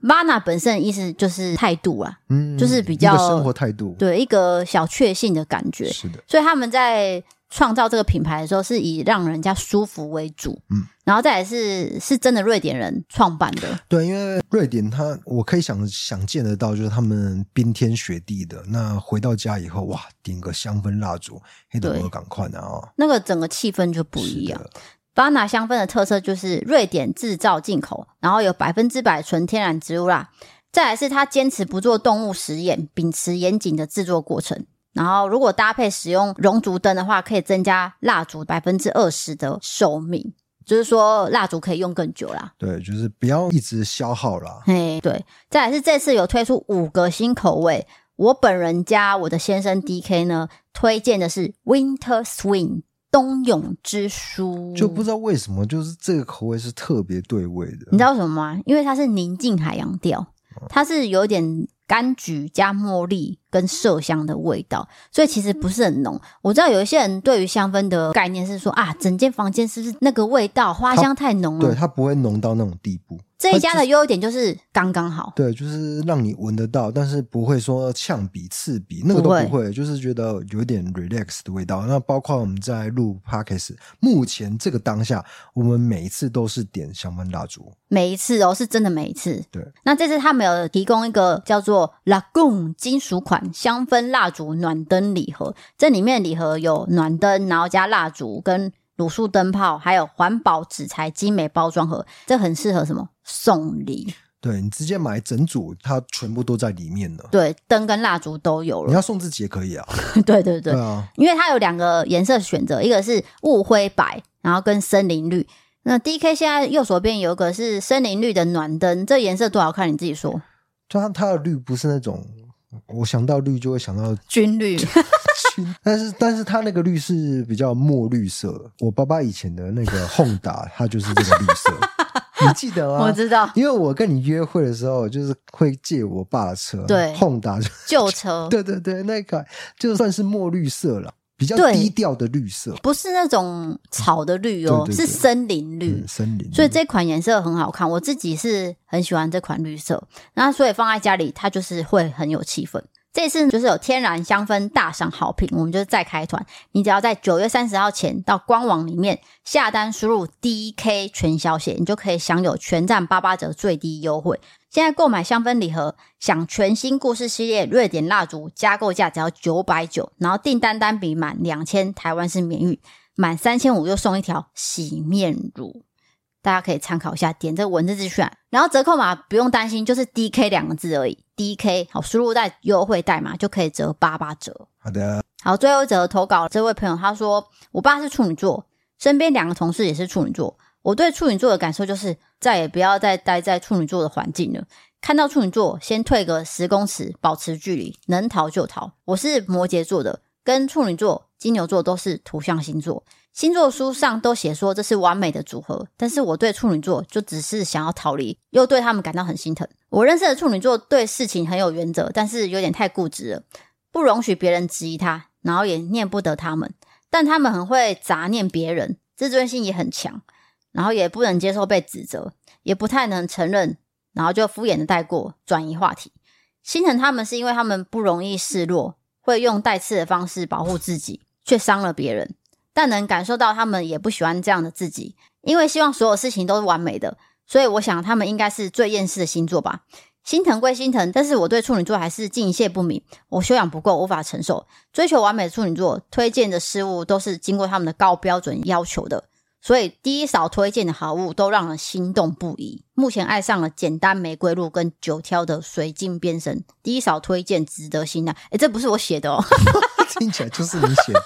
Speaker 1: Vana 本身的意思就是态度啦，
Speaker 2: 嗯，
Speaker 1: 就是比
Speaker 2: 一个
Speaker 1: 较
Speaker 2: 生活态度，
Speaker 1: 对一个小确幸的感觉。
Speaker 2: 是的。
Speaker 1: 所以他们在创造这个品牌的时候，是以让人家舒服为主，
Speaker 2: 嗯，
Speaker 1: 然后再来是是真的瑞典人创办的，
Speaker 2: 对，因为瑞典它，我可以想想见得到，就是他们冰天雪地的，那回到家以后，哇，点个香氛蜡烛，黑的
Speaker 1: 对
Speaker 2: 我赶快啊、哦，
Speaker 1: 那个整个气氛就不
Speaker 2: 是
Speaker 1: 一样。
Speaker 2: 的，
Speaker 1: 巴拿香氛的特色就是瑞典制造进口，然后有百分之百纯天然植物啦。再来是它坚持不做动物实验，秉持严谨的制作过程。然后如果搭配使用熔烛灯的话，可以增加蜡烛百分之二十的寿命，就是说蜡烛可以用更久啦。
Speaker 2: 对，就是不要一直消耗啦。
Speaker 1: 嘿，对，再来是这次有推出五个新口味，我本人加我的先生 D K 呢，推荐的是 Winter Swing 冬泳之书，
Speaker 2: 就不知道为什么，就是这个口味是特别对味的。
Speaker 1: 你知道为什么吗？因为它是宁静海洋调，
Speaker 2: 哦
Speaker 1: 它是有点柑橘加茉莉跟麝香的味道，所以其实不是很浓。我知道有一些人对于香氛的概念是说啊，整间房间是不是那个味道花
Speaker 2: 它
Speaker 1: 香太浓
Speaker 2: 对，
Speaker 1: 了？
Speaker 2: 它不会浓到那种地步。
Speaker 1: 这一
Speaker 2: 它
Speaker 1: 家
Speaker 2: 就
Speaker 1: 的优点就是刚刚好。
Speaker 2: 对，就是让你闻得到，但是不会说呛鼻、刺鼻，那个都
Speaker 1: 不会
Speaker 2: 不会，就是觉得有一点 relax 的味道。那包括我们在录 podcast，目前这个当下，我们每一次都是点香氛蜡烛，
Speaker 1: 每一次哦，是真的每一次。
Speaker 2: 对，
Speaker 1: 那这次他们有提供一个叫做 Lagoon 金属款香氛蜡烛暖灯礼盒，这里面的礼盒有暖灯，然后加蜡烛跟卤素灯泡，还有环保纸材精美包装盒，这很适合什么送礼？
Speaker 2: 对你直接买整组，它全部都在里面了。
Speaker 1: 对，灯跟蜡烛都有
Speaker 2: 你
Speaker 1: 了。
Speaker 2: 要送自己也可以啊，
Speaker 1: 对对对
Speaker 2: 对，啊，
Speaker 1: 因为它有两个颜色选择，一个是雾灰白，然后跟森林绿。那 D K 现在右手边有一个是森林绿的暖灯，这颜色多好看，你自己说。
Speaker 2: 就它它的绿不是那种，我想到绿就会想到
Speaker 1: 军绿。
Speaker 2: 青，但是但是它那个绿是比较墨绿色。我爸爸以前的那个 Honda，它就是这个绿 色，你记得啊吗？
Speaker 1: 我知道
Speaker 2: 因为我跟你约会的时候，就是会借我爸的车，
Speaker 1: 对
Speaker 2: ，Honda，就，
Speaker 1: 旧车
Speaker 2: 对对对，那个就算是墨绿色了，比较
Speaker 1: 对
Speaker 2: 低调的绿色，
Speaker 1: 不是那种草的绿哦，
Speaker 2: 对对对
Speaker 1: 是森林绿。
Speaker 2: 嗯，森林。
Speaker 1: 所以这款颜色很好看，我自己是很喜欢这款绿色。那所以放在家里，它就是会很有气氛。这次就是有天然香氛大赏好评，我们就是再开团。你只要在九月三十号前到官网里面下单，输入 DK 全小写，你就可以享有全站八八折最低优惠。现在购买香氛礼盒，享全新故事系列瑞典蜡烛，加购价只要九百九，然后订单单笔满两千，台湾是免运，满三千五就送一条洗面乳。大家可以参考一下，点这个文字资讯、啊，然后折扣码不用担心，就是 D K 两个字而已，D K 好，输入带优惠代码就可以折八八折。
Speaker 2: 好的，
Speaker 1: 好，最后一则投稿，这位朋友他说：“我爸是处女座，身边两个同事也是处女座。我对处女座的感受就是，再也不要再待在处女座的环境了。看到处女座，先退个十公尺，保持距离，能逃就逃。我是摩羯座的，跟处女座、金牛座都是土象星座，星座书上都写说这是完美的组合，但是我对处女座就只是想要逃离，又对他们感到很心疼。我认识的处女座对事情很有原则，但是有点太固执了。”不容许别人质疑他，然后也念不得他们。但他们很会杂念别人，自尊心也很强，然后也不能接受被指责，也不太能承认，然后就敷衍的带过，转移话题。心疼他们是因为他们不容易示弱，会用带刺的方式保护自己，却伤了别人。但能感受到他们也不喜欢这样的自己，因为希望所有事情都是完美的，所以我想他们应该是最厌世的星座吧。心疼归心疼，但是我对处女座还是敬谢不敏。我修养不够，无法承受。追求完美的处女座推荐的事物都是经过他们的高标准要求的，所以第一扫推荐的好物都让人心动不已。目前爱上了简单玫瑰露跟九挑的水晶边绳，第一扫推荐值得信赖。诶，这不是我写的哦，
Speaker 2: 听起来就是你写的，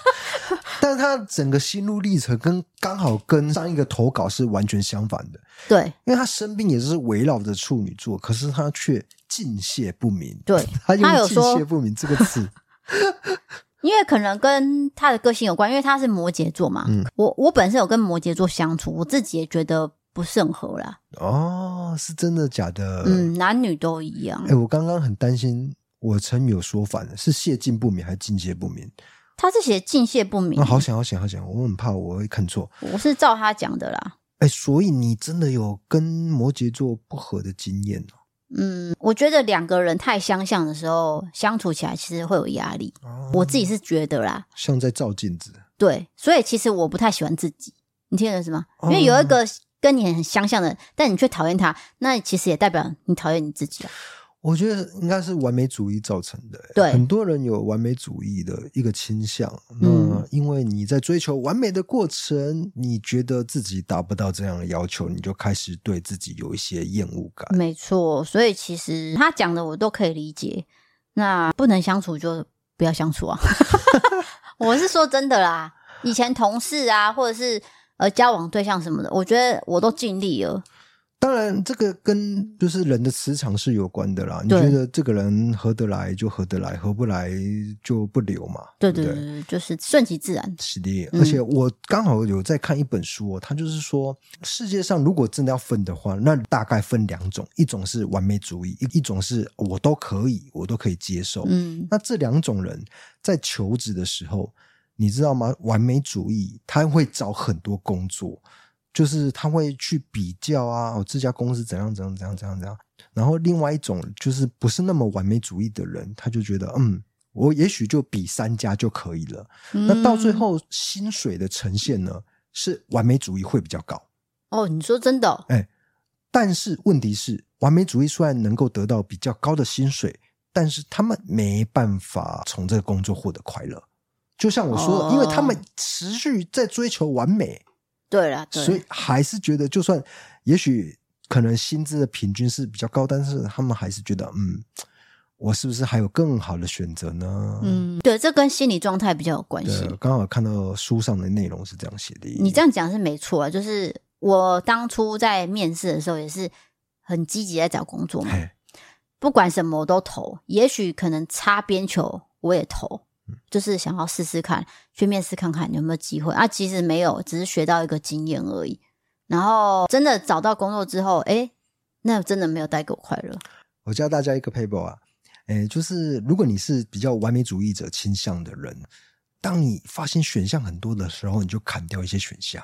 Speaker 2: 但是他整个心路历程跟刚好跟上一个投稿是完全相反的，
Speaker 1: 对
Speaker 2: 因为他身边也是围绕着处女座，可是他却敬谢不明。
Speaker 1: 对，
Speaker 2: 他用
Speaker 1: 他有
Speaker 2: “敬
Speaker 1: 说
Speaker 2: 谢不明”这个词，
Speaker 1: 因为可能跟他的个性有关，因为他是摩羯座嘛。
Speaker 2: 嗯
Speaker 1: 我我本身有跟摩羯座相处，我自己也觉得不甚合啦。
Speaker 2: 哦，是真的假的？
Speaker 1: 嗯，男女都一样
Speaker 2: 哎、。我刚刚很担心，我成语有说反了，是谢敬不明还是敬谢不明？
Speaker 1: 他是写敬谢不明
Speaker 2: 那、，好想好想好想，我很怕我会看错。
Speaker 1: 我是照他讲的啦。
Speaker 2: 哎、所以你真的有跟摩羯座不合的经验
Speaker 1: 嗯，我觉得两个人太相像的时候，相处起来其实会有压力。
Speaker 2: 哦？
Speaker 1: 我自己是觉得啦，
Speaker 2: 像在照镜子，
Speaker 1: 对，所以其实我不太喜欢自己，你听得懂吗？
Speaker 2: 哦
Speaker 1: 因为有一个跟你很相像的，但你却讨厌他，那其实也代表你讨厌你自己啊。
Speaker 2: 我觉得应该是完美主义造成的、欸
Speaker 1: 对
Speaker 2: 很多人有完美主义的一个倾向。那
Speaker 1: 嗯
Speaker 2: 因为你在追求完美的过程，你觉得自己达不到这样的要求，你就开始对自己有一些厌恶感。
Speaker 1: 没错，所以其实他讲的我都可以理解。那不能相处就不要相处啊！ 我是说真的啦，以前同事啊，或者是呃交往对象什么的，我觉得我都尽力了。
Speaker 2: 当然，这个跟就是人的磁场是有关的啦。你
Speaker 1: 对
Speaker 2: 觉得这个人合得来就合得来，合不来就不留嘛，
Speaker 1: 对
Speaker 2: 不
Speaker 1: 对对对，对就是顺其自然。
Speaker 2: 是的，
Speaker 1: 嗯
Speaker 2: 而且我刚好有在看一本书、哦，它就是说，世界上如果真的要分的话，那大概分两种，一种是完美主义，一一种是我都可以，我都可以接受。
Speaker 1: 嗯，
Speaker 2: 那这两种人在求职的时候，你知道吗？完美主义他会找很多工作，就是他会去比较啊，哦，这家公司怎样怎样怎样怎样怎样。然后另外一种就是不是那么完美主义的人，他就觉得嗯，我也许就比三家就可以了。那到最
Speaker 1: 嗯
Speaker 2: 后薪水的呈现呢，是完美主义会比较高。
Speaker 1: 哦，你说真的哦、
Speaker 2: 哎，但是问题是，完美主义虽然能够得到比较高的薪水，但是他们没办法从这个工作获得快乐。就像我说的，
Speaker 1: 哦
Speaker 2: 因为他们持续在追求完美，
Speaker 1: 对啦，对，
Speaker 2: 所以还是觉得，就算也许可能薪资的平均是比较高，但是他们还是觉得，嗯，我是不是还有更好的选择呢？，
Speaker 1: 嗯，对，这跟心理状态比较有关系
Speaker 2: 对，。刚好看到书上的内容是这样写的。
Speaker 1: 你这样讲是没错啊，就是我当初在面试的时候也是很积极在找工作嘛，
Speaker 2: 嘿，
Speaker 1: 不管什么我都投，也许可能擦边球我也投，
Speaker 2: 嗯
Speaker 1: 就是想要试试看，去面试看看有没有机会啊。其实没有，只是学到一个经验而已。然后真的找到工作之后，诶，那真的没有带给我快乐。
Speaker 2: 我教大家一个 paper 啊，诶，就是如果你是比较完美主义者倾向的人，当你发现选项很多的时候，你就砍掉一些选项，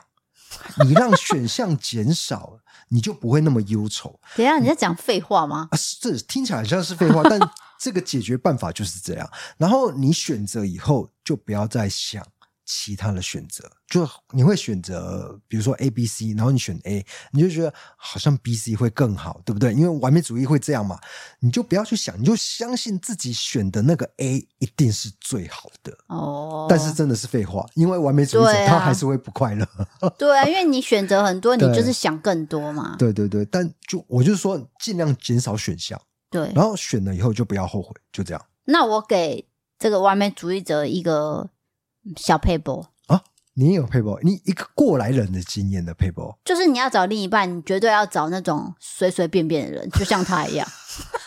Speaker 2: 你让选项减少，你就不会那么忧愁
Speaker 1: 等一下你在讲废话吗？
Speaker 2: 啊。是这听起来好像是 废话，但这个解决办法就是这样。然后你选择以后，就不要再想其他的选择，就你会选择，比如说 A、B、C，然后你选 A，你就觉得好像 B、C 会更好，对不对？因为完美主义会这样嘛，你就不要去想，你就相信自己选的那个 A 一定是最好的。
Speaker 1: 哦，
Speaker 2: 但是真的是废话，因为完美主义者
Speaker 1: 对啊
Speaker 2: 他还是会不快乐。
Speaker 1: 对啊，因为你选择很多，你
Speaker 2: 对
Speaker 1: 就是想更多嘛。
Speaker 2: 对对对，但就我就是说，尽量减少选项，
Speaker 1: 对，
Speaker 2: 然后选了以后就不要后悔，就这样
Speaker 1: 那我给这个完美主义者一个小 paper，
Speaker 2: 啊。你也有配包，你一个过来人的经验的配 包，
Speaker 1: 就是你要找另一半，你绝对要找那种随随便便的人，就像他一样，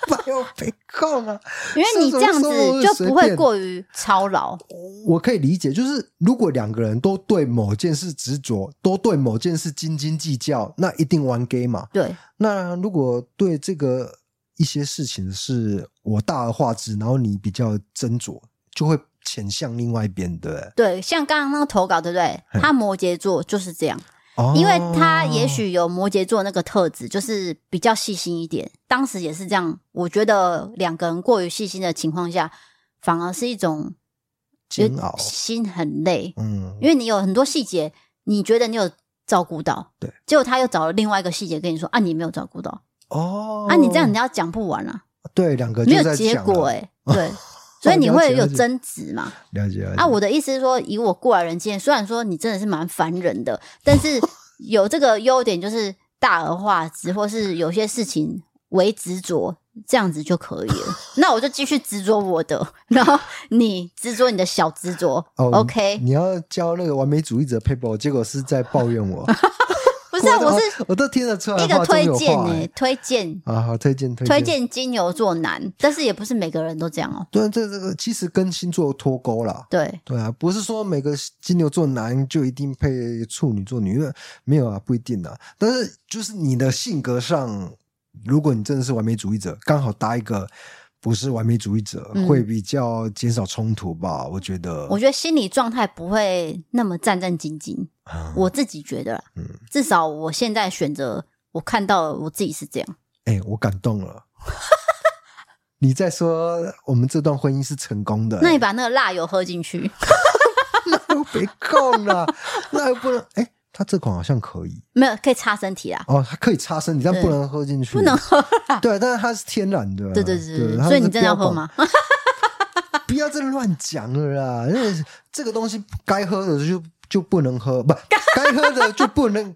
Speaker 2: 没有哎被控啊！
Speaker 1: 因为你这样子就不会过于操劳。
Speaker 2: 我可以理解，就是如果两个人都对某件事执着，都对某件事斤斤计较，那一定玩 gay 嘛。
Speaker 1: 对，
Speaker 2: 那如果对这个一些事情是我大而化之，然后你比较斟酌，就会潜向另外一边，对不对？
Speaker 1: 对，像刚刚那个投稿，对不对？
Speaker 2: 嘿
Speaker 1: 他摩羯座就是这样，
Speaker 2: 哦
Speaker 1: 因为他也许有摩羯座那个特质，就是比较细心一点。当时也是这样，我觉得两个人过于细心的情况下，反而是一种
Speaker 2: 煎熬，
Speaker 1: 心很累，
Speaker 2: 嗯，
Speaker 1: 因为你有很多细节，你觉得你有照顾到，
Speaker 2: 对，
Speaker 1: 结果他又找了另外一个细节跟你说啊，你没有照顾到，
Speaker 2: 哦，
Speaker 1: 啊，你这样人家讲不完啊了、
Speaker 2: 对两个就
Speaker 1: 没有
Speaker 2: 在
Speaker 1: 结
Speaker 2: 讲啊哦
Speaker 1: 果
Speaker 2: 了
Speaker 1: 哎、 对。所以你
Speaker 2: 了解
Speaker 1: 会有
Speaker 2: 了解
Speaker 1: 争执 嘛？
Speaker 2: 了解了解
Speaker 1: 啊，我的意思是说，以我过来人经验，虽然说你真的是蛮烦人的，但 是有这个优点就是大而化之，或是有些事情为执着，这样子就可以了。那我就继续执着我的，然后你执着你的小执着、
Speaker 2: 哦
Speaker 1: o k
Speaker 2: 你要教那个完美主义者 paper，结果是在抱怨我，
Speaker 1: 不是、啊，
Speaker 2: 果
Speaker 1: 我
Speaker 2: 然
Speaker 1: 是
Speaker 2: 我都听得出来
Speaker 1: 一个
Speaker 2: 话中
Speaker 1: 推
Speaker 2: 有
Speaker 1: 荐
Speaker 2: 话
Speaker 1: 呢、
Speaker 2: 欸
Speaker 1: 推荐
Speaker 2: 啊，好推荐推
Speaker 1: 推
Speaker 2: 荐。
Speaker 1: 荐金牛座男，但是也不是每个人都这样哦、
Speaker 2: 对，啊这这个其实跟星座脱钩啦。
Speaker 1: 对，
Speaker 2: 对啊，不是说每个金牛座男就一定配处女座女，因为没有啊，不一定啊。但是就是你的性格上，如果你真的是完美主义者，刚好搭一个不是完美主义者，
Speaker 1: 嗯
Speaker 2: 会比较减少冲突吧？我觉得。
Speaker 1: 我觉得心理状态不会那么战战兢兢，
Speaker 2: 啊
Speaker 1: 我自己觉得啦。
Speaker 2: 嗯
Speaker 1: 至少我现在选择，我看到我自己是这样。
Speaker 2: 哎、我感动 了。你在说我们这段婚姻是成功的、哎
Speaker 1: 那你把那个辣油喝进去，
Speaker 2: 那又别 控了，那又不能哎、它这款好像可以
Speaker 1: 没有可以擦身体啦，
Speaker 2: 哦，它可以擦身体，但
Speaker 1: 对
Speaker 2: 不能喝进去，
Speaker 1: 不能喝。啊
Speaker 2: 对，但是它是天然的啊、
Speaker 1: 对对对对，
Speaker 2: 它
Speaker 1: 所以你
Speaker 2: 是
Speaker 1: 真的要
Speaker 2: 标
Speaker 1: 喝
Speaker 2: 榜？
Speaker 1: 吗？
Speaker 2: 不要再乱讲了啦，因为这个东西该喝的就就不能喝， 不该喝的就不能。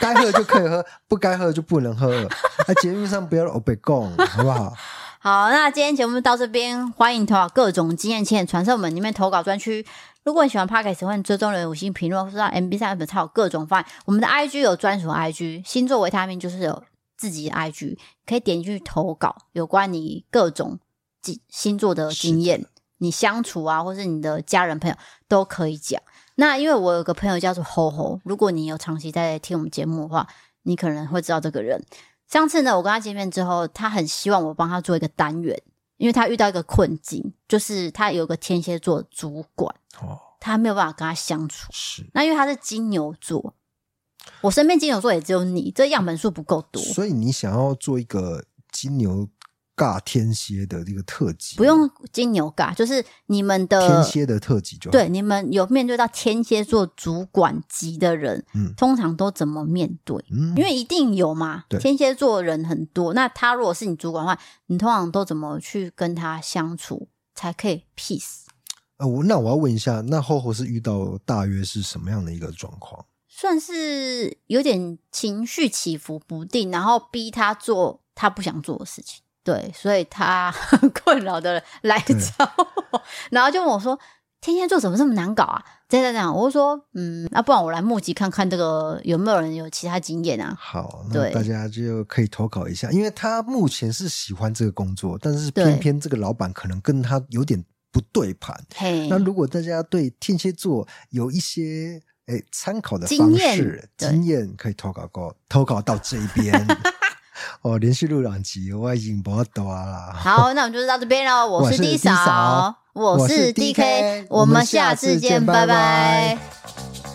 Speaker 2: 该喝就可以喝，不该喝就不能喝了。在节目上不要欧北贡，好不 好？
Speaker 1: 好，那今天节目到这边，欢迎投稿各种经验浅传送门里面投稿专区。如果你喜欢 Podcast，欢迎追踪留言、五星评论，或是到 MB 三 App 超有各种方案。我们的 IG 有专属 IG，星座维他命就是有自己的 IG，可以点进去投稿有关你各种经星座的经验，你相处啊，或是你的家人朋友都可以讲。那因为我有个朋友叫做吼吼，如果你有长期在听我们节目的话，你可能会知道这个人。上次呢，我跟他见面之后，他很希望我帮他做一个单元，因为他遇到一个困境，就是他有个天蝎座主管，
Speaker 2: 哦，
Speaker 1: 他没有办法跟他相处。
Speaker 2: 是。
Speaker 1: 那因为他是金牛座，我身边金牛座也只有你，这样本数不够多，
Speaker 2: 所以你想要做一个金牛尬天蝎的这个特辑，
Speaker 1: 不用呃金牛尬，就是你们
Speaker 2: 天
Speaker 1: 的
Speaker 2: 蝎的特辑就好
Speaker 1: 对你们有面对到天蝎座主管级的人，
Speaker 2: 嗯
Speaker 1: 通常都怎么面对？
Speaker 2: 嗯，
Speaker 1: 因为一定有嘛，
Speaker 2: 对
Speaker 1: 天蝎座人很多，那他如果是你主管的话，你通常都怎么去跟他相处才可以 peace？
Speaker 2: 呃，我那我要问一下，那后后是遇到大约是什么样的一个状况？
Speaker 1: 算是有点情绪起伏不定，然后逼他做他不想做的事情。对，所以他很困扰的来
Speaker 2: 对
Speaker 1: 找我，然后就问我说：“天蝎座怎么这么难搞啊？”这样这样，我就说：“嗯，那、不然我来募集看看这个有没有人有其他经验啊
Speaker 2: 好，
Speaker 1: 对
Speaker 2: 那大家就可以投稿一下，因为他目前是喜欢这个工作，但是
Speaker 1: 对
Speaker 2: 偏偏这个老板可能跟他有点不对盘。？”
Speaker 1: 嘿，
Speaker 2: 那如果大家对天蝎座有一些诶参考的
Speaker 1: 经
Speaker 2: 方
Speaker 1: 验
Speaker 2: 式、
Speaker 1: 对
Speaker 2: 经验，可以投稿过投稿到这一 边。哦，连续录两集，我已经不多啦。
Speaker 1: 好，那我们就到这边喽。我
Speaker 2: 我
Speaker 1: 是
Speaker 2: 是
Speaker 1: D
Speaker 2: 嫂
Speaker 1: 嫂，我
Speaker 2: 我
Speaker 1: 是
Speaker 2: 是
Speaker 1: DK，
Speaker 2: DK
Speaker 1: 我们下次见，拜
Speaker 2: 我们下次
Speaker 1: 拜
Speaker 2: 见拜拜